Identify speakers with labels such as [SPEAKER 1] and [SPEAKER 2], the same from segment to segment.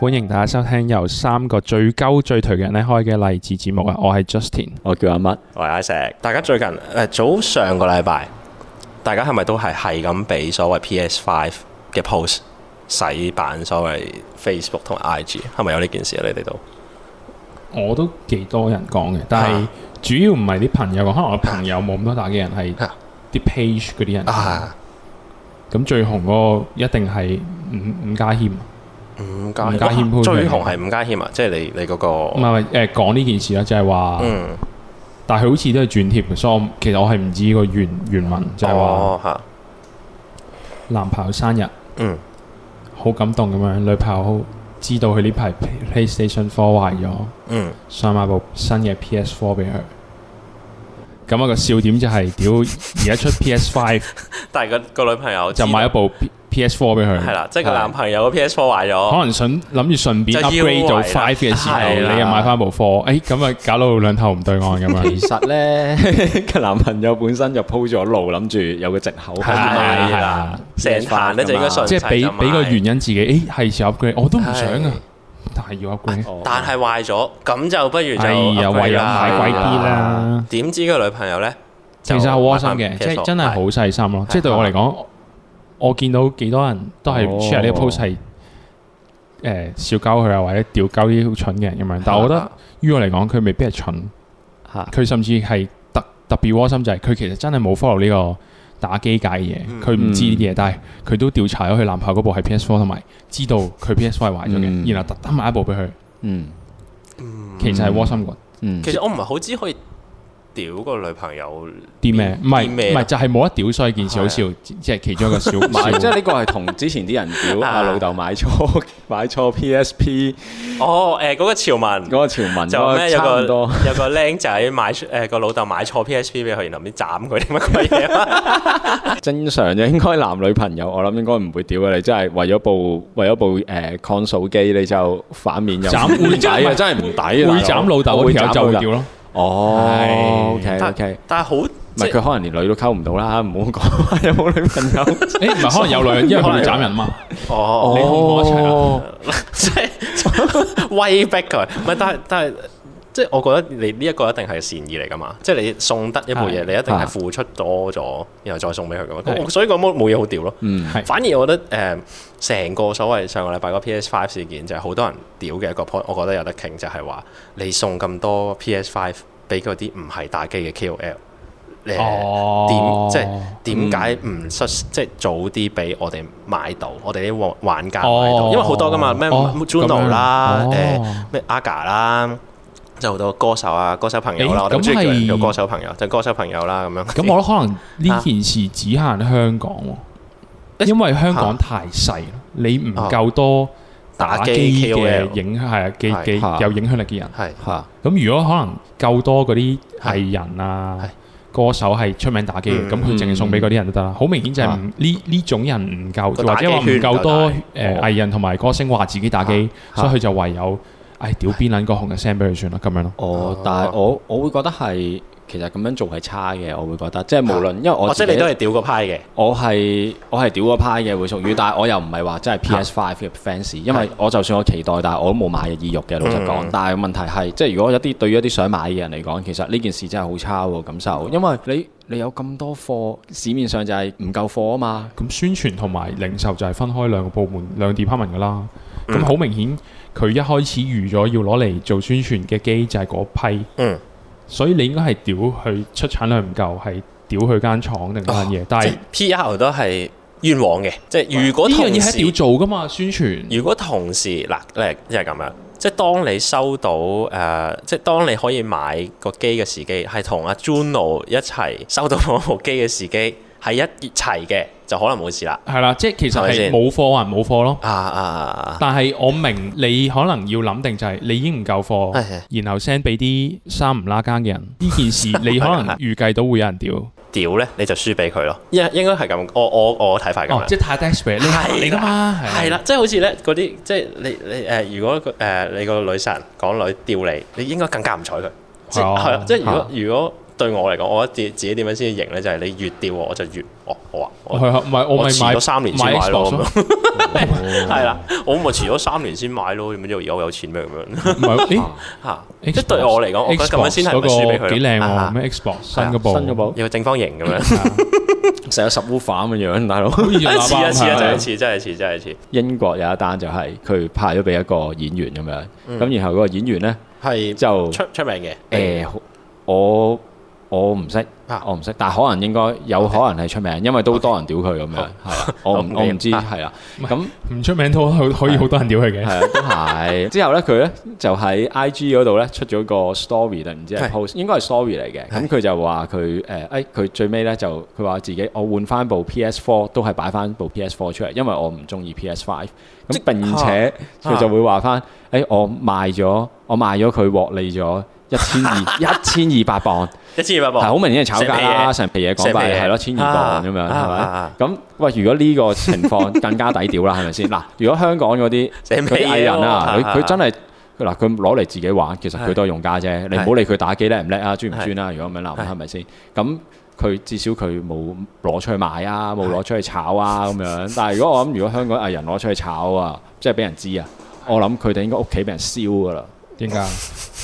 [SPEAKER 1] 歡迎大家收聽由三個最鳩最頹嘅人咧開嘅勵志節目啊！我係 Justin，
[SPEAKER 2] 我叫阿 乜，
[SPEAKER 3] 我係 Isaac，大家最近誒、呃早上個禮拜，大家係咪都係係咁俾所謂 PS Five 嘅 post 洗版所謂 Facebook 同埋 IG，係咪有呢件事啊？你哋都
[SPEAKER 1] 我都幾多人講嘅，但係
[SPEAKER 3] 啊
[SPEAKER 1] 主要唔係啲朋友講，可能我朋友冇咁多打嘅人係
[SPEAKER 3] 啊
[SPEAKER 1] 啲 page 嗰啲人。
[SPEAKER 3] 啊，
[SPEAKER 1] 咁最紅嗰個一定係伍伍家謙，
[SPEAKER 3] 伍家
[SPEAKER 1] 伍家謙
[SPEAKER 3] 哇
[SPEAKER 1] 潘
[SPEAKER 3] 最
[SPEAKER 1] 明
[SPEAKER 3] 紅係伍家謙啊，即係你你嗰、
[SPEAKER 1] 唔
[SPEAKER 3] 個
[SPEAKER 1] 係唔係誒講呢件事啦，就係話，
[SPEAKER 3] 嗯，
[SPEAKER 1] 但係佢好似都係轉貼嘅，所以我其實我係唔知個原原文，就係話
[SPEAKER 3] 哦嚇，
[SPEAKER 1] 男朋友生日。
[SPEAKER 3] 嗯
[SPEAKER 1] 好感動咁樣，女朋友知道佢呢排 Play- PlayStation Four 壞咗，
[SPEAKER 3] 嗯，
[SPEAKER 1] 想買部新嘅 PS Four 俾佢。咁啊個笑點就係、屌而家出 PS Five
[SPEAKER 3] 但係個個女朋友
[SPEAKER 1] 就啊買一
[SPEAKER 3] 咗
[SPEAKER 1] 部 PS Four 俾佢。
[SPEAKER 3] 係啦，即係個
[SPEAKER 2] 係
[SPEAKER 3] 男朋友個 PS Four 壞
[SPEAKER 1] 可
[SPEAKER 3] 咗，
[SPEAKER 1] 能想諗住順便
[SPEAKER 3] 就要
[SPEAKER 1] upgrade 到
[SPEAKER 3] 為啦
[SPEAKER 1] Five 嘅時
[SPEAKER 3] 係
[SPEAKER 1] 候，
[SPEAKER 3] 啦
[SPEAKER 1] 你又買翻部 Four，誒咁啊搞到兩頭唔對岸咁
[SPEAKER 2] 其
[SPEAKER 1] 樣。啊
[SPEAKER 2] 實咧個男朋友本身就鋪咗路，諗住有個藉口可以
[SPEAKER 3] 係
[SPEAKER 2] 買
[SPEAKER 3] 啦
[SPEAKER 1] 係啦，
[SPEAKER 3] 成壇咧就應該順
[SPEAKER 1] 啊即係俾
[SPEAKER 3] 勢就啊
[SPEAKER 1] 俾個
[SPEAKER 3] 買
[SPEAKER 1] 原因自己，誒係時候 upgrade，我都唔想
[SPEAKER 3] 係
[SPEAKER 1] 啊，但係要 upgrade，
[SPEAKER 2] 哦
[SPEAKER 3] 但係壞咗，咁就不如就
[SPEAKER 1] 哎呀
[SPEAKER 3] upgrade
[SPEAKER 1] 唯有
[SPEAKER 3] 啦
[SPEAKER 1] 買貴啲啦。
[SPEAKER 3] 點知個女朋友咧？
[SPEAKER 1] 其實係窩心嘅，即係真係好細心咯。
[SPEAKER 3] 係
[SPEAKER 1] 即係對我嚟講，我見到幾多人都係
[SPEAKER 2] 哦
[SPEAKER 1] share 呢個 post 係誒笑鳩佢啊，或者屌鳩啲好蠢嘅人咁樣。但係我覺得於我嚟講，佢未必係蠢，
[SPEAKER 2] 嚇
[SPEAKER 1] 佢甚至係特特別窩心，就係佢其實真係冇 follow 呢個打機界嘅嘢，佢唔知呢啲嘢，但係佢都調查咗佢男朋友嗰部係 PS4 同埋知道佢 PS4 係壞咗
[SPEAKER 2] 嗯
[SPEAKER 1] 嘅，然後特登買一部俾佢，
[SPEAKER 2] 嗯
[SPEAKER 1] 其實係窩心過
[SPEAKER 2] 嗯
[SPEAKER 3] 其實我唔係好知可以屌個女朋友
[SPEAKER 1] 啲咩？唔係
[SPEAKER 3] 啲
[SPEAKER 1] 唔
[SPEAKER 3] 咩啊
[SPEAKER 1] 係就係冇得屌，所以件事好笑，
[SPEAKER 3] 係
[SPEAKER 1] 即係其中一個小
[SPEAKER 2] 唔係，即
[SPEAKER 1] 小
[SPEAKER 2] 係呢個係同之前啲人表
[SPEAKER 3] 啊
[SPEAKER 2] 阿老豆買錯 買錯 PSP
[SPEAKER 3] 哦誒嗰個潮文
[SPEAKER 2] 嗰個潮文嗰
[SPEAKER 3] 就咩
[SPEAKER 2] 個
[SPEAKER 3] 有
[SPEAKER 2] 差
[SPEAKER 3] 個
[SPEAKER 2] 唔多，
[SPEAKER 3] 有個僆仔買誒個老豆買錯 PSP 俾佢，然後唔知斬佢啲乜鬼嘢 啊
[SPEAKER 2] 正常嘅應該男女朋友，我諗應該唔會屌啊嘅。你真係為咗部為咗部誒 console 機，你就反面又
[SPEAKER 1] 斬
[SPEAKER 2] 唔抵
[SPEAKER 1] 會
[SPEAKER 2] 啊！真係唔抵啊！
[SPEAKER 1] 會斬老豆嗰條友就會
[SPEAKER 2] 屌。
[SPEAKER 1] 屌咯。
[SPEAKER 2] 哦
[SPEAKER 1] 係
[SPEAKER 2] ，OK
[SPEAKER 3] 但
[SPEAKER 2] OK，
[SPEAKER 3] 但係好
[SPEAKER 2] 唔
[SPEAKER 3] 即
[SPEAKER 2] 係佢可能連女都溝唔到啦，唔好講有冇女朋友。
[SPEAKER 1] 誒唔係可能有女人，因為佢會斬人嘛。
[SPEAKER 3] 哦，
[SPEAKER 1] 你同我一齊啊
[SPEAKER 3] 即係 威逼佢。唔係，但係但係即係我覺得你呢一個一定係善意嚟㗎嘛。即係你送得一部
[SPEAKER 1] 係
[SPEAKER 3] 嘢，你一定
[SPEAKER 2] 啊
[SPEAKER 3] 係付出多咗，然後再送俾佢㗎嘛。
[SPEAKER 1] 係
[SPEAKER 3] 咁我所以個冇冇嘢好屌咯。
[SPEAKER 2] 嗯
[SPEAKER 1] 係
[SPEAKER 3] 反而我覺得誒，成、個所謂上個禮拜個 PS Five 事件就係好多人屌嘅一個 point，我覺得有得傾就係話你送咁多 PS Five 俾嗰啲唔係打機嘅 KOL，誒、
[SPEAKER 1] 哦
[SPEAKER 3] 點即係點解唔率即係早啲俾我哋買到，我哋啲玩玩家買到，
[SPEAKER 1] 哦
[SPEAKER 3] 因為好多噶嘛，咩
[SPEAKER 1] 哦
[SPEAKER 3] Juno 啦，
[SPEAKER 1] 咁樣
[SPEAKER 3] 誒
[SPEAKER 1] 哦
[SPEAKER 3] 咩 Aga 啦。即係好多歌手啊，歌手朋友啦，
[SPEAKER 1] 誒
[SPEAKER 3] 我哋好
[SPEAKER 1] 咁
[SPEAKER 3] 中意叫
[SPEAKER 1] 係
[SPEAKER 3] 人做歌手朋友，就歌手朋友啦咁樣。
[SPEAKER 1] 咁我覺得可能呢件事只限香港喎，
[SPEAKER 3] 誒
[SPEAKER 1] 因為香港太細啦，你唔夠多打機嘅影響係啊嘅
[SPEAKER 3] 係
[SPEAKER 1] 嘅
[SPEAKER 2] 嚇
[SPEAKER 1] 有影響力嘅人。
[SPEAKER 3] 係
[SPEAKER 2] 嚇，
[SPEAKER 1] 咁如果可能夠多嗰啲藝人啊
[SPEAKER 3] 係、
[SPEAKER 1] 歌手係出名打機嘅，
[SPEAKER 3] 嗯啊
[SPEAKER 1] 咁佢淨係送俾嗰啲人都得啦。好明顯就係唔呢呢種人唔夠，
[SPEAKER 3] 個
[SPEAKER 1] 或者話
[SPEAKER 3] 打
[SPEAKER 1] 唔
[SPEAKER 3] 機啊圈
[SPEAKER 1] 夠多誒
[SPEAKER 3] 夠
[SPEAKER 2] 哦
[SPEAKER 1] 藝人同埋歌星話自己打機，
[SPEAKER 2] 嚇
[SPEAKER 1] 所以佢就唯有唉屌邊撚個紅嘅聲俾佢算啦咁樣咯。
[SPEAKER 2] 哦，但係我我會覺得係其實咁樣做係差嘅，我會覺得即係無論因為我
[SPEAKER 3] 哦，
[SPEAKER 2] 自
[SPEAKER 3] 即係你
[SPEAKER 2] 己
[SPEAKER 3] 都係屌個派嘅。
[SPEAKER 2] 我係我係屌嗰派嘅會屬於，但係我又唔係話真係 PS Five 嘅 fans，因為我就算我期待，但係我都冇買嘅意欲嘅。老實講，
[SPEAKER 3] 嗯
[SPEAKER 2] 但係問題係，即係如果一啲對於一啲想買嘅人嚟講，其實呢件事真係好差喎感受，因為你你有咁多貨，市面上就係唔夠貨啊嘛。
[SPEAKER 1] 咁宣傳同埋零售就係分開兩個部門兩個 department 噶啦。
[SPEAKER 3] 嗯
[SPEAKER 1] 咁好明顯，佢一開始預咗要攞嚟做宣傳嘅機就係嗰批，
[SPEAKER 3] 嗯，
[SPEAKER 1] 所以你應該係屌佢出產量唔夠，係屌佢間廠定乜嘢。但係呢
[SPEAKER 3] 啊即係 PR 都係冤枉嘅，即係如果
[SPEAKER 1] 樣
[SPEAKER 3] 同
[SPEAKER 1] 嘢係一定要
[SPEAKER 3] 時，
[SPEAKER 1] 做噶嘛，宣傳。
[SPEAKER 3] 如果同時嗱誒，即係咁樣，即係當你收到誒、呃即係當你可以買個機嘅時機，係同阿 Juno 一齊收到嗰部機嘅時機係一齊嘅，就可能冇事啦。
[SPEAKER 1] 係啦，即係其實
[SPEAKER 3] 係咪
[SPEAKER 1] 係
[SPEAKER 3] 先
[SPEAKER 1] 冇貨還冇貨咯。
[SPEAKER 3] 啊啊啊！
[SPEAKER 1] 但係我明你可能要諗定就係你已經唔夠貨，
[SPEAKER 3] 係係
[SPEAKER 1] 然後 send 俾啲三唔拉更嘅人。呢件 事你可能預計到會有人屌，
[SPEAKER 3] 屌咧你就輸俾佢咯，應應該係咁，我我我睇法係咁
[SPEAKER 1] 哦
[SPEAKER 3] 樣，。
[SPEAKER 1] 即係太 desperate 你
[SPEAKER 3] 係啦
[SPEAKER 1] 你㗎嘛，
[SPEAKER 3] 係啦，即係好似咧嗰啲，即係你你誒、呃如果誒、呃你個女神港女吊你，你應該更加唔睬佢。即係
[SPEAKER 1] 哦
[SPEAKER 3] 係啊即係如果如果對我嚟講，我覺得自自己點樣先至贏咧，就係你越掉我，我就越哦好啊，我
[SPEAKER 1] 係啊，唔係我咪
[SPEAKER 3] 我
[SPEAKER 1] 買
[SPEAKER 3] 遲咗三年先
[SPEAKER 1] 買
[SPEAKER 3] 買咯
[SPEAKER 1] Xbox 咯，
[SPEAKER 3] 係啦，我咪遲咗三年先買咯，咁樣就而家我有錢咩咁樣
[SPEAKER 1] 唔係咦
[SPEAKER 3] 嚇？即
[SPEAKER 1] Xbox，
[SPEAKER 3] 係對我嚟講，我覺得咁樣先
[SPEAKER 1] Xbox
[SPEAKER 3] 係咪輸
[SPEAKER 1] 嗰
[SPEAKER 3] 俾佢
[SPEAKER 1] 個
[SPEAKER 3] 咯
[SPEAKER 1] 幾靚
[SPEAKER 3] 啊
[SPEAKER 1] 喎，
[SPEAKER 3] 啊
[SPEAKER 1] 咩 Xbox 新
[SPEAKER 3] 係啊
[SPEAKER 1] 嗰部，
[SPEAKER 2] 新嗰部
[SPEAKER 3] 有個正方形 咁樣，
[SPEAKER 2] 成有十烏化咁嘅樣，大佬。
[SPEAKER 1] 好 似喇
[SPEAKER 3] 似
[SPEAKER 1] 叭
[SPEAKER 3] 啊似啊，
[SPEAKER 1] 咁
[SPEAKER 3] 真
[SPEAKER 1] 樣
[SPEAKER 3] 係似，真係似，真係似，
[SPEAKER 2] 英國有一單就係佢派咗俾一個演員咁樣，咁、然後嗰個演員咧
[SPEAKER 3] 係
[SPEAKER 2] 就誒
[SPEAKER 3] 出、出名嘅。
[SPEAKER 2] 我我唔識，
[SPEAKER 3] 啊
[SPEAKER 2] 我唔識，但可能應該有可能係出名，因為都多人屌佢咁樣，係啊，我唔
[SPEAKER 3] 好
[SPEAKER 2] 我唔知
[SPEAKER 3] 啊
[SPEAKER 2] 係啦，咁
[SPEAKER 1] 唔出名都可可以好多人屌佢
[SPEAKER 2] 係
[SPEAKER 1] 嘅，
[SPEAKER 2] 啊都係。之後咧佢咧就喺 I G 嗰度咧出咗個 story 定唔知係
[SPEAKER 3] 係
[SPEAKER 2] post，應該係 story 嚟嘅，咁佢就話佢誒誒佢最尾咧就佢話自己我換翻部 P S Four 都係擺翻部 P S Four 出嚟，因為我唔中意 P S Five。咁並且佢就會話翻，誒我賣咗，我賣咗佢獲利咗一千 二一千二百磅，
[SPEAKER 3] 一千二百
[SPEAKER 2] 係
[SPEAKER 3] 磅，
[SPEAKER 2] 好明顯係炒價啦，成皮嘢港
[SPEAKER 3] 哦成皮
[SPEAKER 2] 幣
[SPEAKER 3] 嘢
[SPEAKER 2] 係咯，千二
[SPEAKER 3] 啊
[SPEAKER 2] 磅咁樣係
[SPEAKER 3] 啊
[SPEAKER 2] 咪
[SPEAKER 3] 啊？
[SPEAKER 2] 咁喂，如果呢個情 況更加抵屌啦，係咪先？嗱，如果香港嗰啲
[SPEAKER 3] 成
[SPEAKER 2] 嗰
[SPEAKER 3] 皮嘢
[SPEAKER 2] 啲藝人啊，
[SPEAKER 3] 喎
[SPEAKER 2] 佢
[SPEAKER 3] 啊
[SPEAKER 2] 佢真係。嗱，佢攞嚟自己玩，其實佢
[SPEAKER 3] 係
[SPEAKER 2] 都係用家啫。你唔好理佢打機叻唔叻啊，專唔專啦。如果咁樣諗，
[SPEAKER 3] 係
[SPEAKER 2] 係咪先？咁佢至少佢冇攞出去賣啊，冇攞出去炒啊咁樣。但係如果我諗，如果香港藝人攞出去炒啊，即係俾人知啊，我諗佢哋應該屋企俾人燒噶啦。
[SPEAKER 1] 點解？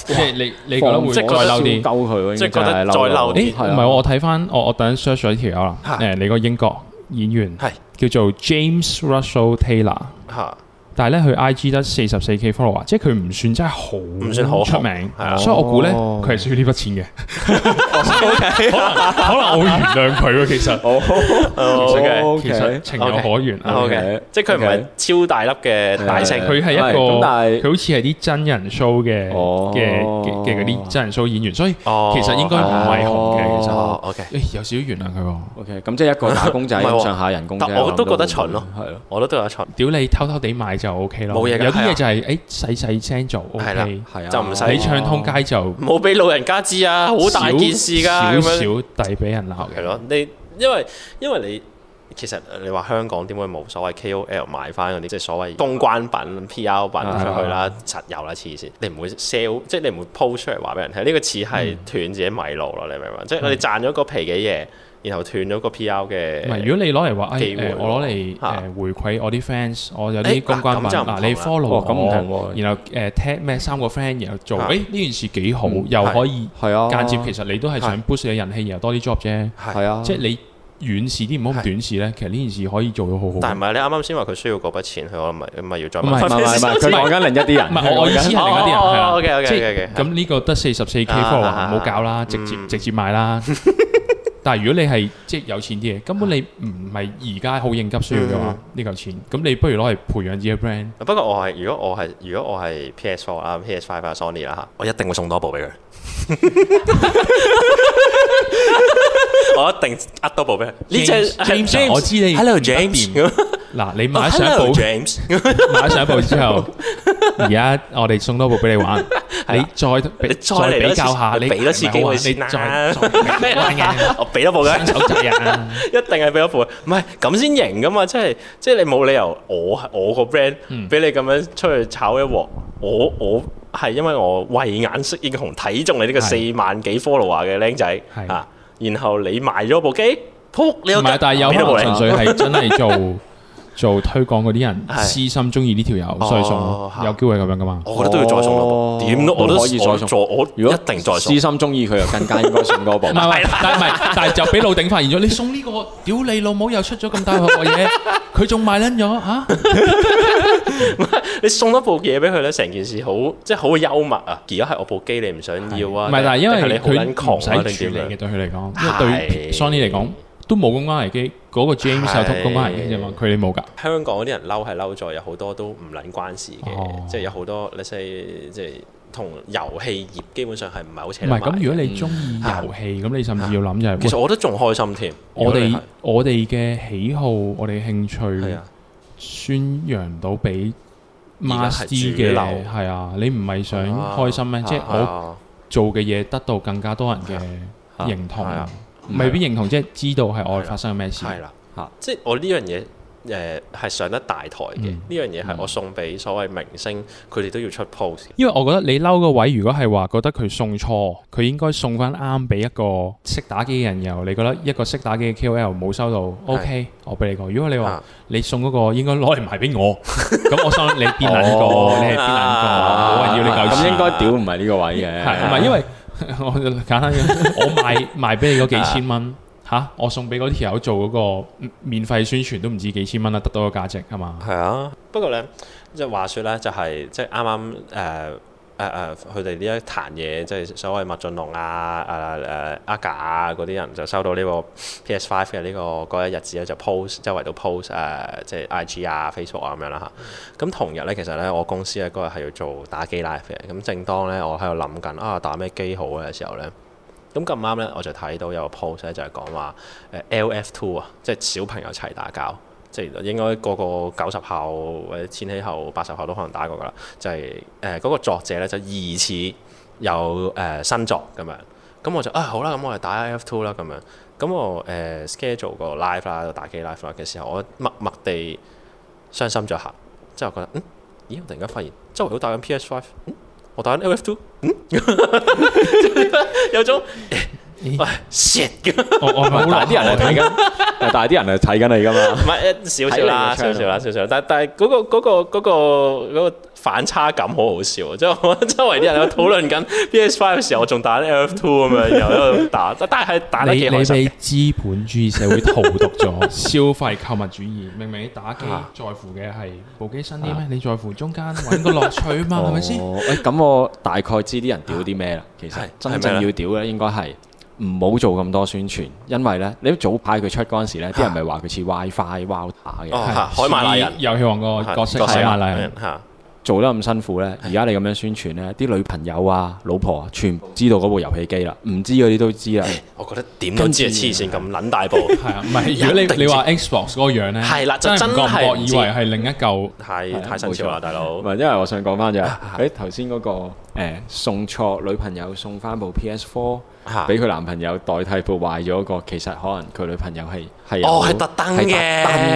[SPEAKER 1] 即係你你覺得會
[SPEAKER 2] 即
[SPEAKER 1] 再
[SPEAKER 2] 係
[SPEAKER 1] 嬲啲？
[SPEAKER 2] 鳩佢喎，
[SPEAKER 3] 即係
[SPEAKER 2] 應該真係
[SPEAKER 3] 覺得再嬲
[SPEAKER 2] 嬲
[SPEAKER 1] 誒，
[SPEAKER 3] 啲
[SPEAKER 2] 係啊
[SPEAKER 1] 唔係我睇翻，我我等陣 search 咗呢條友啦。
[SPEAKER 3] 嚇
[SPEAKER 1] 誒，你個英國演員
[SPEAKER 3] 係
[SPEAKER 1] 叫做 James Russell Taylor，
[SPEAKER 3] 嚇，
[SPEAKER 1] 但係咧佢 IG 得四十四 K follower，即係佢唔算真係好唔
[SPEAKER 3] 算好紅
[SPEAKER 1] 出名
[SPEAKER 3] 係啊，
[SPEAKER 1] 所以我估咧
[SPEAKER 2] 哦
[SPEAKER 1] 佢係需要呢筆 錢嘅。可能 可能我會原諒佢喎，其實
[SPEAKER 2] 啊
[SPEAKER 3] 哦，OK，
[SPEAKER 1] 其實情有可原啊。
[SPEAKER 3] OK，即係佢唔係超大粒嘅大星，
[SPEAKER 1] 佢係一個
[SPEAKER 2] 咁但係
[SPEAKER 1] 佢好似係啲真人 show 嘅
[SPEAKER 2] 哦
[SPEAKER 1] 嘅嘅嘅嗰啲真人 show 演員，所以
[SPEAKER 3] 哦
[SPEAKER 1] 其實應該唔係紅嘅。其實
[SPEAKER 3] 哦，OK，
[SPEAKER 1] 誒有少少原諒佢喎。
[SPEAKER 2] OK，咁即係一個打工仔
[SPEAKER 3] 唔係喎
[SPEAKER 2] 咁上下人工啫
[SPEAKER 3] 但我都覺得
[SPEAKER 2] 諗到
[SPEAKER 3] 蠢咯
[SPEAKER 2] 係咯，
[SPEAKER 3] 我都都有一層，
[SPEAKER 1] 屌你偷偷地買就 O K 咯，
[SPEAKER 3] 冇嘢㗎
[SPEAKER 1] 有啲
[SPEAKER 3] 係啊
[SPEAKER 1] 嘢就係誒細細聲做 O
[SPEAKER 3] 係啦
[SPEAKER 1] K，
[SPEAKER 2] 係啊，
[SPEAKER 3] 就唔使
[SPEAKER 1] 你唱通街就
[SPEAKER 3] 冇俾老人家知啊，好大件事㗎咁
[SPEAKER 1] 少
[SPEAKER 3] 樣。
[SPEAKER 1] 少遞俾人鬧
[SPEAKER 3] 係
[SPEAKER 1] 嘅。
[SPEAKER 3] 咯，你因為因為你其實你話香港點會冇所謂 KOL 賣翻嗰啲即係所謂公關品、PR 品出去
[SPEAKER 1] 啊
[SPEAKER 3] 啦，實有啦，黐線！你唔會 sell，即係你唔會 post 出嚟話俾人聽，呢個似
[SPEAKER 1] 嗯
[SPEAKER 3] 係斷自己米路咯，你明唔明？即係你賺咗個皮嘅嘢，然後斷咗個 PR
[SPEAKER 1] 唔係，
[SPEAKER 3] 嘅。
[SPEAKER 1] 如果你攞嚟話，
[SPEAKER 3] 機
[SPEAKER 1] 誒
[SPEAKER 3] 會
[SPEAKER 1] 誒，我攞嚟
[SPEAKER 3] 嚇
[SPEAKER 1] 誒回饋我啲 fans，我有
[SPEAKER 3] 誒
[SPEAKER 1] 啲公關
[SPEAKER 3] 嗱咁
[SPEAKER 1] 品，
[SPEAKER 3] 就唔同
[SPEAKER 1] 嗱你
[SPEAKER 3] 啦
[SPEAKER 1] follow
[SPEAKER 2] 哦咁唔同
[SPEAKER 1] 我，
[SPEAKER 2] 喎
[SPEAKER 1] 然後誒 tag 咩三個 friend，然後做，
[SPEAKER 3] 嚇
[SPEAKER 1] 誒呢件事幾好，
[SPEAKER 2] 嗯
[SPEAKER 1] 又可以
[SPEAKER 2] 係啊，
[SPEAKER 1] 間接其實你都係想 boost 你嘅人氣，然後多啲 job 啫。
[SPEAKER 2] 係啊，
[SPEAKER 1] 即係你遠視啲，唔好咁
[SPEAKER 3] 係
[SPEAKER 1] 短視咧。其實呢件事可以做到好好。
[SPEAKER 3] 但係唔係你啱啱先話佢需要嗰筆錢，佢我咪咪要再
[SPEAKER 1] 唔係
[SPEAKER 2] 唔係唔係唔係，佢講緊另一啲人，
[SPEAKER 1] 唔係我我意 思係另一啲人係啦
[SPEAKER 3] 哦，OK，OK，OK，
[SPEAKER 1] 即
[SPEAKER 3] OK，OK，
[SPEAKER 1] 係咁呢個得四十四 K
[SPEAKER 3] 啊
[SPEAKER 1] follower，
[SPEAKER 3] 啊
[SPEAKER 1] 唔好搞啦，直接直接買 啦。但係如果你係即係有錢啲嘅，根本
[SPEAKER 3] 啊
[SPEAKER 1] 你唔係而家好應急需要嘅
[SPEAKER 3] 嗯
[SPEAKER 1] 話，呢嚿錢咁你不如攞嚟培養自己嘅 brand。
[SPEAKER 3] 啊不過我係如果我係如果我係 PS4 啊、PS5 啊、Sony 啦嚇，我一定會送多部俾 佢。我一定呃多部俾佢。呢隻
[SPEAKER 1] James- James 啊我知你
[SPEAKER 3] Hello
[SPEAKER 1] 唔得
[SPEAKER 3] James
[SPEAKER 1] 掂嗱，你買上一
[SPEAKER 3] 哦 Hello
[SPEAKER 1] 部
[SPEAKER 3] James
[SPEAKER 1] 買上一部之後， 而家我哋送多部俾你玩，你再比
[SPEAKER 3] 啊你再嚟
[SPEAKER 1] 再
[SPEAKER 3] 多
[SPEAKER 1] 比
[SPEAKER 3] 次
[SPEAKER 1] 較下，
[SPEAKER 3] 你俾多次機會先
[SPEAKER 1] 你
[SPEAKER 3] 啦
[SPEAKER 1] 再再俾玩嘅
[SPEAKER 3] 我俾多部
[SPEAKER 1] 新
[SPEAKER 3] 佢，
[SPEAKER 1] 手仔啊！
[SPEAKER 3] 一定係俾多部佢。唔係咁先型噶嘛，即係即係你冇理由我我個 brand
[SPEAKER 1] 嗯
[SPEAKER 3] 俾你咁樣出去炒一鑊，我我。係因為我慧眼識英雄，睇中你呢個四
[SPEAKER 1] 係
[SPEAKER 3] 萬幾 follower 嘅僆仔
[SPEAKER 1] 係
[SPEAKER 3] 啊，然後你賣咗部機，撲你啊個
[SPEAKER 1] 唔係，
[SPEAKER 3] 街
[SPEAKER 1] 但係有
[SPEAKER 3] 俾多部
[SPEAKER 1] 可
[SPEAKER 3] 你
[SPEAKER 1] 能純粹 係真係做做推廣嗰啲人
[SPEAKER 3] 係
[SPEAKER 1] 私心中意呢條友，所以送
[SPEAKER 3] 哦
[SPEAKER 1] 咯
[SPEAKER 3] 嚇
[SPEAKER 1] 有機會係咁樣噶嘛。
[SPEAKER 3] 我覺得都要再送多
[SPEAKER 2] 哦
[SPEAKER 3] 部，點都我都
[SPEAKER 2] 可以再
[SPEAKER 3] 我
[SPEAKER 2] 送
[SPEAKER 3] 做，我
[SPEAKER 2] 如
[SPEAKER 3] 一
[SPEAKER 2] 果
[SPEAKER 3] 定再送
[SPEAKER 2] 私。心中意佢，就更加應該送多部
[SPEAKER 1] 唔。係唔係，但係唔係，但係就俾老頂發現咗，你送呢個，屌你老母又出咗咁大鑊嘅 嘢，佢仲賣撚咗嚇，
[SPEAKER 3] 你送多部嘢俾佢咧，成件事好即係好幽默啊！而家係我部機你唔想要啊，
[SPEAKER 1] 唔係，但係因
[SPEAKER 3] 定你
[SPEAKER 1] 為
[SPEAKER 3] 好撚
[SPEAKER 1] 佢唔
[SPEAKER 3] 窮啊，
[SPEAKER 1] 使
[SPEAKER 3] 定
[SPEAKER 1] 處
[SPEAKER 3] 點
[SPEAKER 1] 理嘅
[SPEAKER 3] 樣？
[SPEAKER 1] 對佢嚟講，因為對
[SPEAKER 3] 係
[SPEAKER 1] Sony 嚟講都冇公關危機，嗰個 James 有
[SPEAKER 3] 係
[SPEAKER 1] 公關危機啫嘛，佢哋冇㗎。
[SPEAKER 3] 香港嗰啲人嬲係嬲在有好多都唔撚關事
[SPEAKER 1] 哦
[SPEAKER 3] 嘅，即係有好多你 say 即係同遊戲業基本上係唔係好扯
[SPEAKER 1] 唔
[SPEAKER 3] 得
[SPEAKER 1] 係
[SPEAKER 3] 埋
[SPEAKER 1] 咁，如果
[SPEAKER 3] 嘅
[SPEAKER 1] 你中意遊戲，咁你甚至要諗就係，
[SPEAKER 3] 其實
[SPEAKER 1] 喂
[SPEAKER 3] 我都仲開心添。
[SPEAKER 1] 我
[SPEAKER 3] 如
[SPEAKER 1] 哋
[SPEAKER 3] 果
[SPEAKER 1] 我哋嘅喜好，我哋興
[SPEAKER 3] 你係係
[SPEAKER 1] 趣
[SPEAKER 3] 啊。，
[SPEAKER 1] 宣揚到俾
[SPEAKER 3] 而家
[SPEAKER 1] mass
[SPEAKER 3] 係
[SPEAKER 1] 啲
[SPEAKER 3] 主
[SPEAKER 1] 嘅，
[SPEAKER 3] 流
[SPEAKER 1] 係啊，你唔係想開心咩？
[SPEAKER 3] 啊
[SPEAKER 1] 即係我
[SPEAKER 3] 啊
[SPEAKER 1] 做嘅嘢得到更加多人嘅認同
[SPEAKER 3] 係啊，
[SPEAKER 1] 未必認同，即係知道係我
[SPEAKER 3] 係啊
[SPEAKER 1] 發生緊咩事。
[SPEAKER 3] 係啦
[SPEAKER 2] 嚇，
[SPEAKER 3] 即係我呢樣嘢誒係上得大台嘅，呢
[SPEAKER 1] 嗯
[SPEAKER 3] 樣嘢係我送俾所謂明星，佢哋都要出 post 嘅。
[SPEAKER 1] 因為我覺得你嬲個位，如果係話覺得佢送錯，佢應該送翻啱俾一個識打機嘅人。然後你覺得一個識打機嘅 KOL 冇收到，OK，我俾你個。如果你話
[SPEAKER 3] 啊
[SPEAKER 1] 你送嗰個應該攞嚟賣俾我，咁我心諗你邊撚
[SPEAKER 2] 哦
[SPEAKER 1] 個？你係邊撚個？冇人要你嚿
[SPEAKER 2] 咁
[SPEAKER 1] 錢。
[SPEAKER 2] 應該屌唔係呢個位嘅，
[SPEAKER 1] 係唔係因為 我就簡單嘅，我賣 賣俾你嗰幾千蚊嚇，我送俾嗰條友做嗰個免費宣傳都唔止幾千蚊啦，得到個價值係嘛？
[SPEAKER 3] 係啊，不過咧，即係話說咧，就係即係啱啱誒誒誒，佢哋呢一壇嘢，即係所謂麥浚龍啊、誒誒阿賈啊嗰啲人，就收到呢個 PS Five 嘅呢個嗰一日子咧，就 post 周圍都 post 誒、即係 IG 啊、Facebook 啊咁樣啦嚇。咁同日咧，其實咧，我公司咧嗰日係要做打機 live 嘅。咁正當咧，我喺度諗緊啊，打咩機好嘅時候咧。咁咁啱咧，我就睇到有個 post 咧，就係講話誒 LF Two 啊，即係小朋友齊打交，即係應該個個九十後或者千禧後、八十後都可能打過噶啦。就係誒嗰個作者咧，就疑似有誒、呃新作咁樣。咁我就啊好啦，咁我就打 F two 啦咁樣。咁我誒、呃 schedule 個 live 啦，個打機 live 啦嘅時候，我默默地傷心咗下，之後覺得嗯，咦，我突然間發現周圍都打緊 PS five，嗯，我打緊 L F two，嗯，有種
[SPEAKER 1] 咦
[SPEAKER 3] 喂 shit 咁。
[SPEAKER 1] 我我
[SPEAKER 2] 但係啲人係睇緊，但係啲人係睇緊你㗎嘛。
[SPEAKER 3] 唔係誒少少啦，
[SPEAKER 2] 睇你個 channel
[SPEAKER 3] 少少啦，少少啦。但但係嗰、個嗰、個嗰、個嗰個反差感好好笑啊！即係我周圍啲人喺度討論緊 PS Five 嘅時候，我仲打 F Two 咁樣，又喺度打，但但係打得
[SPEAKER 1] 你
[SPEAKER 3] 幾
[SPEAKER 1] 你
[SPEAKER 3] 開心
[SPEAKER 1] 被
[SPEAKER 3] 嘅。
[SPEAKER 1] 資本主義社會荼毒咗，消費購物主義，明明你打機
[SPEAKER 3] 啊
[SPEAKER 1] 在乎嘅係部機新啲咩？你在乎中間揾個樂趣嘛，
[SPEAKER 3] 啊
[SPEAKER 1] 係咪先？
[SPEAKER 2] 哦喂咁我大概知啲人屌啲咩啦。其實
[SPEAKER 3] 係啊
[SPEAKER 2] 真正
[SPEAKER 3] 係咩
[SPEAKER 2] 要
[SPEAKER 3] 呢
[SPEAKER 2] 屌咧，應該係唔好做咁多宣傳，因為咧，你早排佢出嗰陣時咧，啲人咪話佢似 WiFi WoW
[SPEAKER 3] 哦
[SPEAKER 2] 嘅，
[SPEAKER 1] 係
[SPEAKER 3] 嚇海馬拉人
[SPEAKER 1] 似遊戲王個角色
[SPEAKER 3] 係
[SPEAKER 1] 海馬拉人
[SPEAKER 3] 人，嚇，
[SPEAKER 2] 做得咁辛苦咧。而家你咁樣宣傳咧，啲女朋友啊、老婆啊，全部知道嗰部遊戲機啦，唔知嗰啲都知啦。
[SPEAKER 3] 我覺得點都知係黐線咁撚大步。
[SPEAKER 1] 係啊，唔係如果
[SPEAKER 3] 一定
[SPEAKER 1] 你你話 Xbox 嗰個樣咧，
[SPEAKER 3] 係啦就
[SPEAKER 1] 真係唔覺唔
[SPEAKER 3] 真係唔
[SPEAKER 1] 覺
[SPEAKER 3] 知
[SPEAKER 1] 以為係另一嚿。
[SPEAKER 3] 太
[SPEAKER 2] 係
[SPEAKER 3] 太新潮啦，大佬
[SPEAKER 2] 唔。係，因為我想講翻就係，誒頭先嗰個誒送錯女朋友送翻部 PS Four
[SPEAKER 3] 嚇
[SPEAKER 2] 俾佢男朋友代替部壞咗個，其實可能佢女朋友係係有
[SPEAKER 3] 哦係特登嘅
[SPEAKER 2] 係特登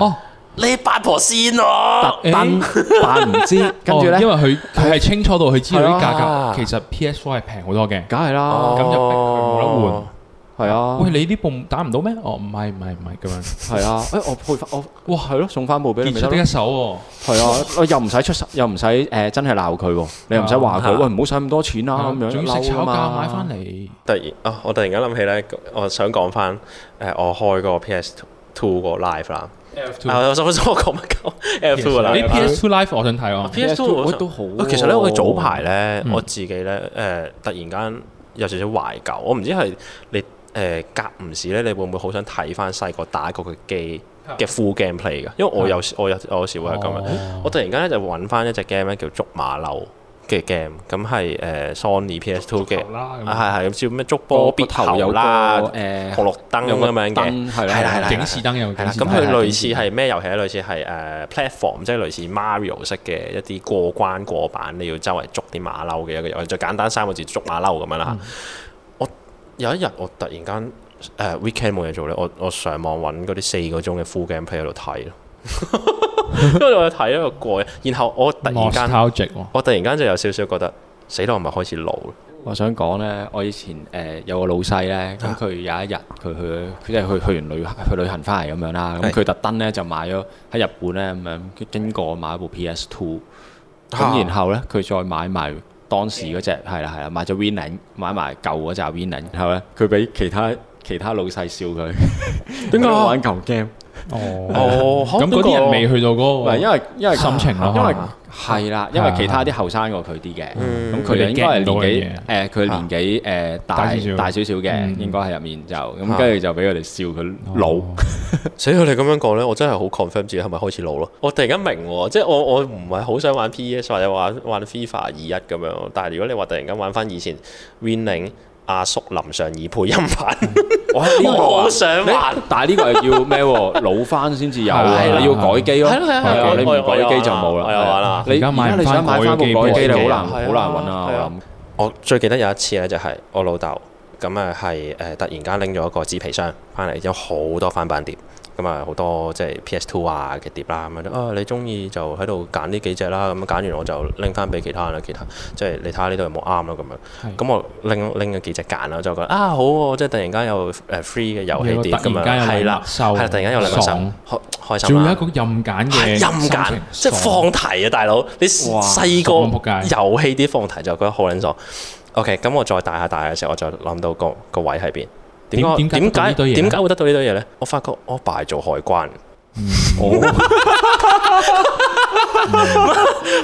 [SPEAKER 2] 㗎
[SPEAKER 1] 哦，
[SPEAKER 3] 你八婆先咯，
[SPEAKER 2] 特登扮唔知，跟住
[SPEAKER 1] 哦
[SPEAKER 2] 咧
[SPEAKER 1] 因，為佢佢係清楚到佢知道啲
[SPEAKER 2] 係
[SPEAKER 1] 價
[SPEAKER 2] 啊
[SPEAKER 1] 格，其實 PS4 係平好多嘅。
[SPEAKER 2] 梗係啦，
[SPEAKER 1] 咁就逼佢冇得換。
[SPEAKER 2] 係啊
[SPEAKER 1] 喂，，你呢部打唔到咩？哦，唔係唔係唔係咁樣，
[SPEAKER 2] 係 啊，誒我配翻我，哇係咯，送翻部俾你咪
[SPEAKER 1] 傑
[SPEAKER 2] 得
[SPEAKER 1] 出的
[SPEAKER 2] 咯
[SPEAKER 1] 一，手喎。
[SPEAKER 2] 係啊，我又唔使出手，又唔使誒真係鬧佢喎，你又唔使話佢，
[SPEAKER 3] 啊
[SPEAKER 2] 喂唔好使咁多錢啦咁樣，
[SPEAKER 1] 哦
[SPEAKER 2] 啊
[SPEAKER 1] 仲要食炒價買翻
[SPEAKER 2] 嚟，
[SPEAKER 1] 嚟。
[SPEAKER 3] 突然啊！我突然間諗起咧，我想講翻誒，我開個 PS Two 個 live 啦。
[SPEAKER 1] F2
[SPEAKER 3] 啊，我想想我講乜鳩 F Two 啦
[SPEAKER 1] 你 PS2 Live 我想睇喎。
[SPEAKER 3] PS2
[SPEAKER 2] PS2
[SPEAKER 3] 我
[SPEAKER 2] 都好啊
[SPEAKER 3] 喂其實咧，
[SPEAKER 2] 喎
[SPEAKER 3] 我早排咧，
[SPEAKER 1] 嗯
[SPEAKER 3] 我自己咧，誒、突然間有少少懷舊。我唔知係你誒、隔唔時咧，你會唔會好想睇翻細個打過嘅機嘅 full gameplay 㗎？因為我有時我有我有時會係咁樣。
[SPEAKER 1] 哦
[SPEAKER 3] 我突然間咧就揾翻一隻 game 咧叫捉馬騮嘅 game，咁係誒 Sony PS Two 嘅
[SPEAKER 1] 捉頭啦，咁樣
[SPEAKER 3] 啊係係咁叫咩捉波必
[SPEAKER 2] 個頭有
[SPEAKER 3] 頭啦
[SPEAKER 2] 個、誒
[SPEAKER 3] 紅綠燈
[SPEAKER 2] 有
[SPEAKER 3] 咁
[SPEAKER 2] 個
[SPEAKER 3] 樣嘅，
[SPEAKER 2] 燈係啦
[SPEAKER 3] 係啦係啦
[SPEAKER 1] 警示燈有
[SPEAKER 3] 係
[SPEAKER 1] 警
[SPEAKER 3] 啦，
[SPEAKER 1] 示
[SPEAKER 3] 咁
[SPEAKER 1] 燈。
[SPEAKER 3] 佢
[SPEAKER 2] 係
[SPEAKER 3] 類似係咩遊戲咧？類似係誒、呃 platform，即係類似 Mario 式嘅一啲過關過板，你要周圍捉啲馬騮嘅一個遊戲，就簡單三個字捉馬騮咁樣啦。我有一日我突然間誒、呃 weekend 冇嘢做咧，我我上網揾嗰啲四個鐘嘅 full game play 喺度睇咯， 因為我睇喺度過癮，然後我突然間
[SPEAKER 1] Nostalgic 喎。
[SPEAKER 3] 我突然間就有少少覺得死啦，我咪開始老啦。
[SPEAKER 2] 我想講咧，我以前誒、呃有個老細咧，
[SPEAKER 3] 啊
[SPEAKER 2] 咁佢有一日佢去佢即係去去完旅行去旅行翻嚟咁樣啦，咁
[SPEAKER 3] 係
[SPEAKER 2] 佢特登咧就買咗喺日本咧咁樣佢經過買一部 PS Two，
[SPEAKER 3] 啊
[SPEAKER 2] 咁然後咧佢再買埋當時嗰只係啦係啦，買咗 Winning 買埋舊嗰只 Winning，然後咧佢俾其他其他老細笑佢
[SPEAKER 3] 點解啊
[SPEAKER 2] 佢玩舊 game？
[SPEAKER 1] 哦，
[SPEAKER 3] 哦，嚇
[SPEAKER 1] 咁嗰啲人未去到嗰
[SPEAKER 2] 唔
[SPEAKER 1] 個，
[SPEAKER 2] 係因為因為
[SPEAKER 1] 心情咯
[SPEAKER 2] 因
[SPEAKER 1] 可
[SPEAKER 2] 為
[SPEAKER 1] 能
[SPEAKER 2] 係啦，因為其他啲後生過佢啲嘅，咁佢
[SPEAKER 1] 啊嗯佢哋
[SPEAKER 2] 哋應該
[SPEAKER 1] get 唔到
[SPEAKER 2] 係年紀誒，
[SPEAKER 3] 啊
[SPEAKER 2] 佢年紀誒大
[SPEAKER 1] 大少少
[SPEAKER 2] 大少少嘅，
[SPEAKER 1] 嗯哦
[SPEAKER 2] 應該喺入面就咁，
[SPEAKER 3] 啊
[SPEAKER 2] 跟住就俾佢哋笑佢老，
[SPEAKER 3] 死佢哋咁樣講咧，我真係好 confirm 自己係咪開始老咯？我突然間明喎，即係我我唔係好想玩 PS 或者玩玩 FIFA 二一咁樣，但係如果你話突然間玩翻以前 Winning 阿叔林尚義配音版，
[SPEAKER 2] 哇！呢個啊
[SPEAKER 3] 我好想玩
[SPEAKER 2] 你但係呢個係要咩喎？ 老翻先至有啊，
[SPEAKER 1] 係啦
[SPEAKER 2] 你要改機咯，
[SPEAKER 3] 係咯係咯
[SPEAKER 2] 係啊
[SPEAKER 3] 係咯
[SPEAKER 2] 你唔
[SPEAKER 3] 我有
[SPEAKER 2] 改機就冇啦。
[SPEAKER 3] 我有玩啦
[SPEAKER 2] 係啊你
[SPEAKER 1] 而家買唔
[SPEAKER 2] 而家你想買翻部改
[SPEAKER 1] 返
[SPEAKER 2] 機，
[SPEAKER 1] 改
[SPEAKER 2] 你
[SPEAKER 1] 機
[SPEAKER 2] 好
[SPEAKER 1] 機
[SPEAKER 2] 難
[SPEAKER 1] 啊
[SPEAKER 2] 好難揾啊！
[SPEAKER 3] 係啊
[SPEAKER 2] 我諗
[SPEAKER 3] 我最記得有一次咧，就係我啊老豆咁啊，係誒突然間拎咗一個紙皮箱翻嚟，有好多翻版碟。咁啊好多即係 PS Two 啊嘅碟啦咁樣啊，你中意就喺度揀呢幾隻啦，咁揀完我就拎翻俾其他人啦，其他即係你睇下呢度有冇啱啦咁樣。咁我拎拎咗幾隻揀啦，就覺得啊好喎，即係突然間有誒呃 free 嘅遊戲碟咁
[SPEAKER 1] 突然
[SPEAKER 3] 樣，
[SPEAKER 1] 間有
[SPEAKER 3] 係
[SPEAKER 1] 禮
[SPEAKER 3] 啦
[SPEAKER 1] 物，收，
[SPEAKER 3] 係啦，突然間有禮物
[SPEAKER 1] 爽
[SPEAKER 3] 收，開開心
[SPEAKER 1] 仲有
[SPEAKER 3] 啦
[SPEAKER 1] 一個。任揀嘅
[SPEAKER 3] 係任
[SPEAKER 1] 心
[SPEAKER 3] 揀
[SPEAKER 1] 情，
[SPEAKER 3] 即係
[SPEAKER 1] 爽
[SPEAKER 3] 放題啊，大佬！你
[SPEAKER 2] 哇
[SPEAKER 1] 爽
[SPEAKER 3] 細
[SPEAKER 1] 到仆街
[SPEAKER 3] 個遊戲啲放題就覺得好撚爽。OK，咁我再大下大下嘅時候，我就諗到個個位喺邊。點解
[SPEAKER 1] 點點解得到呢
[SPEAKER 3] 點解
[SPEAKER 1] 堆嘢呢
[SPEAKER 3] 點解會得到呢堆嘢咧？我發覺我爸係做海關，啊
[SPEAKER 2] 哦，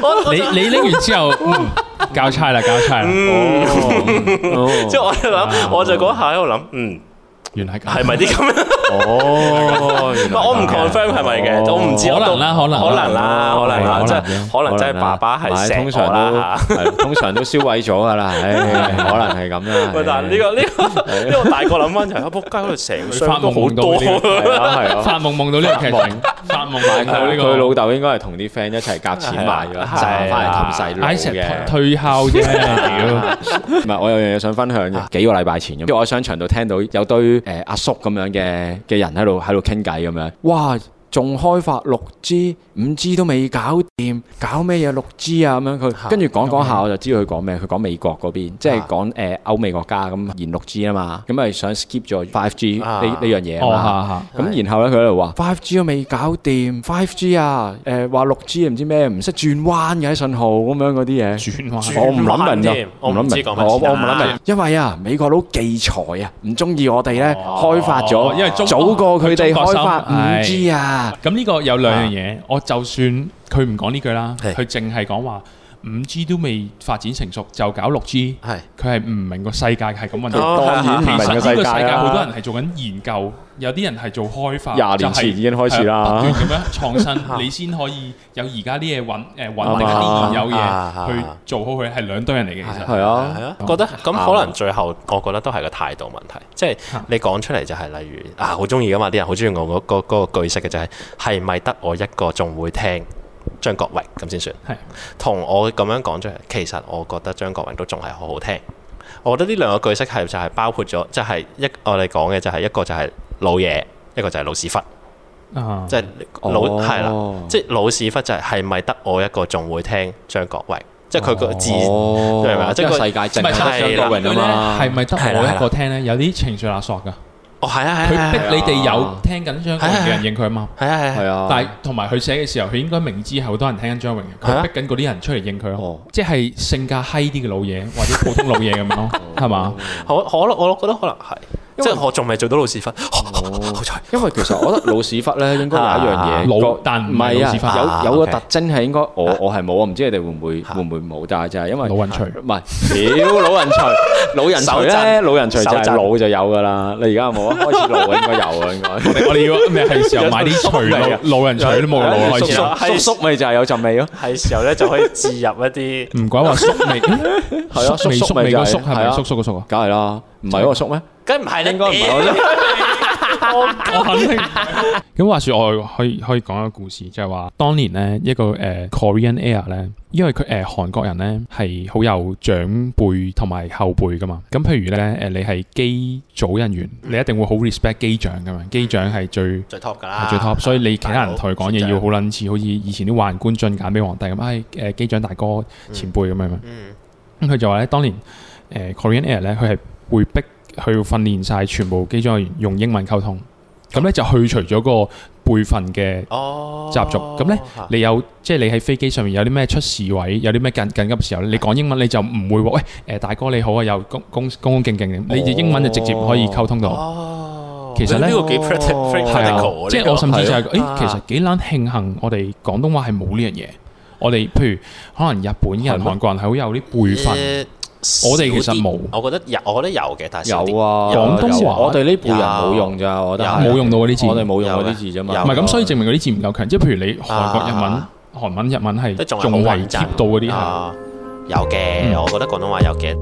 [SPEAKER 3] 我
[SPEAKER 1] 你你拎完之後，嗯交差啦，交差啦，
[SPEAKER 2] 哦，
[SPEAKER 3] 即係我就諗，我就嗰下喺度諗，嗯，
[SPEAKER 1] 原來係咁
[SPEAKER 3] 係咪啲咁樣？
[SPEAKER 2] 哦，原來
[SPEAKER 3] 我唔
[SPEAKER 2] 咁
[SPEAKER 3] confirm 係咪嘅，
[SPEAKER 2] 哦
[SPEAKER 3] 我唔知。我
[SPEAKER 1] 可
[SPEAKER 3] 都
[SPEAKER 1] 能啦可能
[SPEAKER 3] 可能啦，可能啦，
[SPEAKER 1] 可能
[SPEAKER 3] 即係
[SPEAKER 1] 嘅
[SPEAKER 3] 可能真係爸爸
[SPEAKER 2] 啊
[SPEAKER 3] 係
[SPEAKER 2] 唔係
[SPEAKER 3] 錫
[SPEAKER 2] 通常
[SPEAKER 3] 我啦
[SPEAKER 2] 都係通常都銷毀咗㗎啦， 唉，可能係咁啦。
[SPEAKER 3] 喂，但係呢個呢個呢個大個諗翻就係，啊仆街嗰度成箱都好
[SPEAKER 1] 佢發夢夢
[SPEAKER 3] 多，
[SPEAKER 2] 係啊係 啊，
[SPEAKER 1] 發夢夢到呢個劇情，發夢夢到呢
[SPEAKER 2] 佢
[SPEAKER 1] 個
[SPEAKER 2] 老豆應該係同啲 friend 一齊夾錢買
[SPEAKER 3] 係
[SPEAKER 2] 㗎，
[SPEAKER 3] 啊
[SPEAKER 2] 賺翻嚟氹細佬
[SPEAKER 1] Isaac
[SPEAKER 2] 嘅。
[SPEAKER 1] 退校啫，屌
[SPEAKER 2] 唔係，我有樣嘢想分享嘅。幾個禮拜前咁，因為我喺商場度聽到有堆誒、呃阿叔咁樣嘅嘅人喺度喺度傾偈咁樣，哇！仲開發六 G、五 G 都未搞掂，搞咩嘢六 G 啊咁樣佢，跟住講講下我就知道佢講咩，佢講美國嗰邊，即係講誒歐美國家咁延六 G 啊嘛，咁咪想 skip 咗 five G 呢
[SPEAKER 3] 啊
[SPEAKER 2] 呢樣嘢啊
[SPEAKER 1] 哦
[SPEAKER 2] 嘛
[SPEAKER 1] 下下。
[SPEAKER 2] 咁然後咧，佢喺度話 five G 都未搞掂，five G 啊，誒話六 G 唔知咩，唔識轉彎嘅啲信號咁樣嗰啲嘢。
[SPEAKER 1] 轉彎
[SPEAKER 3] 轉
[SPEAKER 2] 我唔諗明啊，
[SPEAKER 3] 我唔知
[SPEAKER 2] 諗明，我
[SPEAKER 3] 講乜事
[SPEAKER 2] 我
[SPEAKER 3] 啊
[SPEAKER 2] 唔諗明，因為啊，美國佬忌財啊，唔中意我哋咧開發
[SPEAKER 1] 哦
[SPEAKER 2] 咗，
[SPEAKER 1] 因為中
[SPEAKER 2] 早過佢哋
[SPEAKER 1] 中國
[SPEAKER 2] 開
[SPEAKER 1] 心
[SPEAKER 2] 發五 G 啊，
[SPEAKER 1] 咁呢個有兩樣嘢，我就算佢唔講呢句啦，
[SPEAKER 3] 係
[SPEAKER 1] 佢淨係講話五 G 都未發展成熟就搞六 G，
[SPEAKER 3] 係
[SPEAKER 1] 佢係唔明個世界係咁運
[SPEAKER 3] 哦
[SPEAKER 1] 作。
[SPEAKER 2] 當然唔
[SPEAKER 1] 其
[SPEAKER 2] 明
[SPEAKER 1] 實
[SPEAKER 2] 嘅
[SPEAKER 1] 呢
[SPEAKER 2] 世
[SPEAKER 1] 個世
[SPEAKER 2] 界
[SPEAKER 1] 界好多人
[SPEAKER 2] 啦。
[SPEAKER 1] 係做緊研究，有啲人係做開發。
[SPEAKER 2] 廿年前已經開始啦
[SPEAKER 1] 就係不斷咁樣 創新，你先可以有而家啲嘢揾誒揾定
[SPEAKER 2] 啱啊
[SPEAKER 1] 啲現有
[SPEAKER 3] 啊
[SPEAKER 1] 嘢去做好佢，係兩堆人嚟嘅。其實
[SPEAKER 2] 係啊，
[SPEAKER 3] 係啊，覺得咁可能最後我覺得都係個態度問題，即係你講出嚟就係例如啊，好中意噶嘛，啲人好中意我嗰嗰嗰個句式嘅就係係咪得我一個仲會聽張國榮咁先算？
[SPEAKER 1] 係
[SPEAKER 3] 同我咁樣講出嚟，其實我覺得張國榮都仲係好好聽。我覺得呢兩個句式係就係包括咗，即係一我哋講嘅就係一個就係老嘢，一個就係老屎忽，
[SPEAKER 2] 哦
[SPEAKER 1] 啊，
[SPEAKER 3] 即係老係啦。
[SPEAKER 2] 啦
[SPEAKER 3] 即係老屎忽就係係咪得我一個仲會聽張國榮？即係佢個字
[SPEAKER 2] 哦
[SPEAKER 3] 明唔明啊即係
[SPEAKER 2] 因為
[SPEAKER 3] 個
[SPEAKER 2] 世界淨
[SPEAKER 1] 唔係
[SPEAKER 3] 係
[SPEAKER 2] 係張國榮啊嘛，
[SPEAKER 1] 係咪得
[SPEAKER 3] 係啦
[SPEAKER 1] 我
[SPEAKER 3] 係
[SPEAKER 1] 一
[SPEAKER 3] 啦
[SPEAKER 1] 個聽咧？有啲情緒勒索㗎，
[SPEAKER 3] 哦，係啊
[SPEAKER 1] 佢
[SPEAKER 3] 係啊係啊
[SPEAKER 1] 逼你哋有聽緊張國榮嘅人應佢啊嘛。
[SPEAKER 3] 係啊係啊
[SPEAKER 2] 係啊，
[SPEAKER 1] 但係同埋佢寫嘅時候，佢應該明知係好多人聽緊張榮嘅，
[SPEAKER 3] 係
[SPEAKER 1] 佢
[SPEAKER 3] 啊
[SPEAKER 1] 逼緊嗰啲人出嚟應佢
[SPEAKER 2] 哦
[SPEAKER 1] 咯，即係性格閪啲嘅老嘢或者普通老嘢咁樣咯， 係
[SPEAKER 2] 哦
[SPEAKER 1] 嘛？
[SPEAKER 3] 可可能我覺得可能係，即係我仲未做到老屎忽， 好彩
[SPEAKER 2] 因為其實我覺得老屎忽咧 應該有一樣
[SPEAKER 3] 啊
[SPEAKER 2] 嘢，
[SPEAKER 1] 老
[SPEAKER 2] 個
[SPEAKER 1] 但唔
[SPEAKER 2] 唔
[SPEAKER 1] 係
[SPEAKER 2] 係
[SPEAKER 1] 老屎忽
[SPEAKER 2] 啊，有
[SPEAKER 3] 啊
[SPEAKER 2] 有個
[SPEAKER 3] OK
[SPEAKER 2] 特徵係應該我我係冇，我唔知你哋會唔會會唔會冇，但係就係因為
[SPEAKER 1] 老運除
[SPEAKER 2] 唔係，屌老人除，老人除
[SPEAKER 3] 手
[SPEAKER 2] 咧，
[SPEAKER 3] 震
[SPEAKER 2] 老人除就
[SPEAKER 3] 手
[SPEAKER 2] 係
[SPEAKER 3] 震
[SPEAKER 2] 老就有㗎啦。你而家有冇啊？開始老啊，應該有啊，應該。
[SPEAKER 1] 我哋要咩係時候買啲
[SPEAKER 2] 嚟
[SPEAKER 1] 除老老人 除都冇老啊 開始啦，
[SPEAKER 2] 叔叔叔咪就係有陣味咯，
[SPEAKER 3] 係時候咧就可以置入一啲
[SPEAKER 1] 唔鬼話叔味，
[SPEAKER 2] 係啊
[SPEAKER 1] 叔味叔
[SPEAKER 2] 叔叔味
[SPEAKER 1] 味
[SPEAKER 2] 就係
[SPEAKER 1] 個叔係
[SPEAKER 2] 係
[SPEAKER 1] 咪
[SPEAKER 2] 啊
[SPEAKER 1] 叔叔個叔啊？
[SPEAKER 2] 梗係啦，唔係嗰個叔 咩？
[SPEAKER 3] 梗唔係啦
[SPEAKER 2] 應該唔係我
[SPEAKER 1] 我肯定。 咁話說，我可以可以講一個故事，就係話當年咧一個誒、呃 Korean Air 咧，因為佢誒、呃、韓國人咧係好有長輩同埋後輩噶嘛。咁譬如咧誒、呃你係機組人員，你一定會好 respect 機長噶嘛。機長係最
[SPEAKER 3] 最 top 㗎啦，
[SPEAKER 1] 係最 top，所以你其他人同佢講嘢要好
[SPEAKER 3] 好，
[SPEAKER 1] 撚似，好似以前啲宦官進諫俾皇帝咁，唉誒機長大哥前輩咁樣。
[SPEAKER 3] 嗯
[SPEAKER 1] 咁佢就話咧，當年誒、呃 Korean Air 咧，佢係會逼去訓練晒全部機組人員用英文溝通，咁咧就去除咗個輩份嘅。
[SPEAKER 3] 哦
[SPEAKER 1] 習俗咁咧你有即係你喺飛機上面有啲咩出事位，有啲咩緊緊急嘅時候咧，你講英文你就唔會話喂誒、呃大哥你好啊，又恭恭恭恭敬敬，你嘅英文就直接可以溝通到。
[SPEAKER 3] 哦，
[SPEAKER 1] 其實呢
[SPEAKER 3] 呢個幾 practical
[SPEAKER 1] 係啊
[SPEAKER 3] practical，
[SPEAKER 1] 即係我甚至就係、
[SPEAKER 3] 係啊
[SPEAKER 1] 誒，其實幾撚慶幸我哋廣東話係冇呢樣嘢。我哋譬如可能日本
[SPEAKER 2] 係
[SPEAKER 1] 人、
[SPEAKER 2] 咩
[SPEAKER 1] 韓國人係好有啲輩份，
[SPEAKER 3] 我
[SPEAKER 1] 哋其實冇
[SPEAKER 3] 我覺得有，我覺得有嘅，但係
[SPEAKER 2] 有
[SPEAKER 3] 少啲
[SPEAKER 2] 啊，
[SPEAKER 1] 廣東話
[SPEAKER 2] 有我哋呢輩人冇用咋，我覺得係
[SPEAKER 1] 冇用到嗰啲字。
[SPEAKER 2] 我哋冇用嗰啲字啫
[SPEAKER 3] 有
[SPEAKER 2] 嘛。
[SPEAKER 1] 唔
[SPEAKER 3] 嘅
[SPEAKER 1] 係咁，所以證明嗰啲字唔夠強。即係譬如你韓國日文、
[SPEAKER 3] 啊
[SPEAKER 1] 韓文、日文係
[SPEAKER 3] 都仲
[SPEAKER 1] 仲
[SPEAKER 3] 係好
[SPEAKER 1] 係
[SPEAKER 3] 穩陣
[SPEAKER 1] 貼到嗰啲係。
[SPEAKER 3] 啊有嘅，
[SPEAKER 1] 嗯
[SPEAKER 3] 我覺得廣東話有嘅。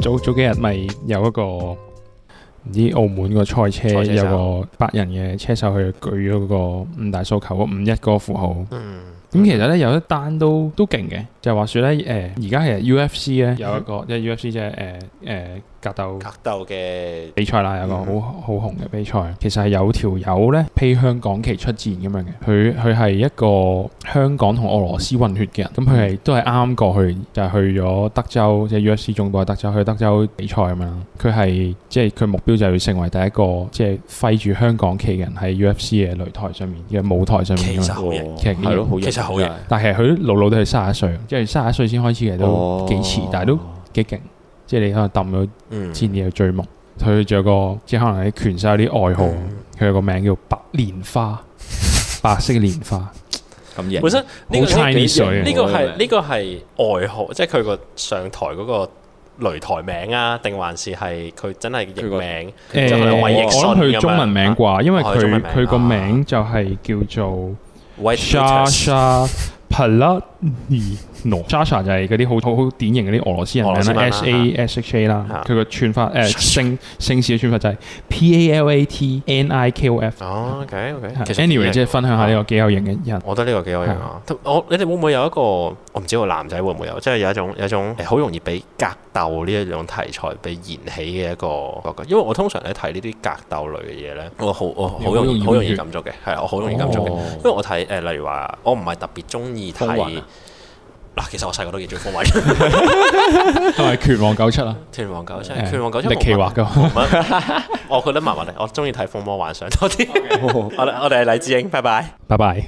[SPEAKER 1] 早早幾日咪有一個唔知澳門個賽車
[SPEAKER 2] 賽車
[SPEAKER 1] 有
[SPEAKER 2] 手
[SPEAKER 1] 個白人嘅車手去舉咗嗰個五大訴求嗰五一嗰個符號。
[SPEAKER 3] 嗯，
[SPEAKER 1] 咁其實咧有一單都都勁嘅，就係話説咧誒，而家其實 UFC 咧有一個即係 UFC 即係誒誒格鬥
[SPEAKER 3] 格鬥嘅
[SPEAKER 1] 比賽啦，有個
[SPEAKER 3] 嗯
[SPEAKER 1] 好好紅嘅比賽，其實係有條友咧披香港旗出戰咁樣嘅，佢佢係一個香港同俄羅斯混血嘅人，咁佢
[SPEAKER 3] 嗯
[SPEAKER 1] 係都係啱啱過去就係去咗德州，即係 UFC 總部喺德州，去德州比賽咁樣啦。佢係即係佢目標就要成為第一個即係揮住香港旗嘅人喺 UFC 嘅擂台上面嘅舞台上面咁
[SPEAKER 3] 其
[SPEAKER 1] 樣
[SPEAKER 3] 實。好型
[SPEAKER 1] 其實
[SPEAKER 2] 係咯，好型
[SPEAKER 3] 其實好型
[SPEAKER 1] 但係佢老老都係三十一歲，即係三十一歲先開始，其實都
[SPEAKER 2] 哦
[SPEAKER 1] 幾遲，但係都幾勁。即係你可能抌咗
[SPEAKER 3] 嗯
[SPEAKER 1] 千年嘅追夢，佢仲有個即係可能喺拳手有啲愛好，佢、
[SPEAKER 3] 嗯
[SPEAKER 1] 有個名叫白蓮花，白色嘅蓮花，
[SPEAKER 2] 咁型。
[SPEAKER 3] 本身
[SPEAKER 1] 好
[SPEAKER 3] 呢個
[SPEAKER 1] Chinese 水
[SPEAKER 3] 呢
[SPEAKER 1] 嘅
[SPEAKER 3] 個係呢個係外號，即係佢個上台嗰個擂台名啊，定還是係佢真係譯名？
[SPEAKER 1] 誒
[SPEAKER 3] 即係可能
[SPEAKER 1] 我
[SPEAKER 3] 衛奕迅
[SPEAKER 1] 諗佢中文名啩，因為
[SPEAKER 3] 哦佢中
[SPEAKER 1] 佢
[SPEAKER 3] 文名
[SPEAKER 1] 佢個
[SPEAKER 3] 啊
[SPEAKER 1] 名就係叫做
[SPEAKER 3] White
[SPEAKER 1] Sha
[SPEAKER 3] Lotus
[SPEAKER 1] Sha Paladino。Sasha 就係嗰啲好好好典型嗰啲俄羅斯人名
[SPEAKER 3] 俄
[SPEAKER 1] 啦
[SPEAKER 3] 羅
[SPEAKER 1] ，S
[SPEAKER 3] 斯
[SPEAKER 1] A
[SPEAKER 3] 名
[SPEAKER 1] S H A 啦
[SPEAKER 3] 啊，
[SPEAKER 1] 佢個串法誒
[SPEAKER 3] Sasha
[SPEAKER 1] 姓姓氏嘅串法就係 P A L A T N I K O F。
[SPEAKER 3] 哦，OK OK。其實
[SPEAKER 1] anyway，即係分享下呢個幾有型嘅人。
[SPEAKER 3] 我覺得呢個幾好用啊！同我你哋會唔會有一個？我唔知個男仔會唔會有，即係有一種有一種誒好容易俾格鬥呢一種題材被燃起嘅一個覺因為我通常咧睇呢啲格鬥類嘅嘢咧，我好我好容易
[SPEAKER 1] 你好容易
[SPEAKER 3] 好容易
[SPEAKER 1] 熱血
[SPEAKER 3] 感觸嘅，係啊我好容易感
[SPEAKER 1] 咁
[SPEAKER 3] 觸
[SPEAKER 1] 做
[SPEAKER 3] 嘅。
[SPEAKER 2] 哦
[SPEAKER 3] 因為我睇誒、呃例如話，我唔係特別中意睇
[SPEAKER 2] 風 雲啊
[SPEAKER 3] 嗱，其實我細個都幾中意風雲，
[SPEAKER 1] 係咪拳王九七啊？
[SPEAKER 3] 拳王九七，
[SPEAKER 1] 誒
[SPEAKER 3] 拳王九七，
[SPEAKER 1] 力奇畫㗎
[SPEAKER 3] 冇乜，我覺得麻麻地，我中意睇風魔幻想多啲。好啦，我哋係黎智英，拜拜。
[SPEAKER 1] 拜拜。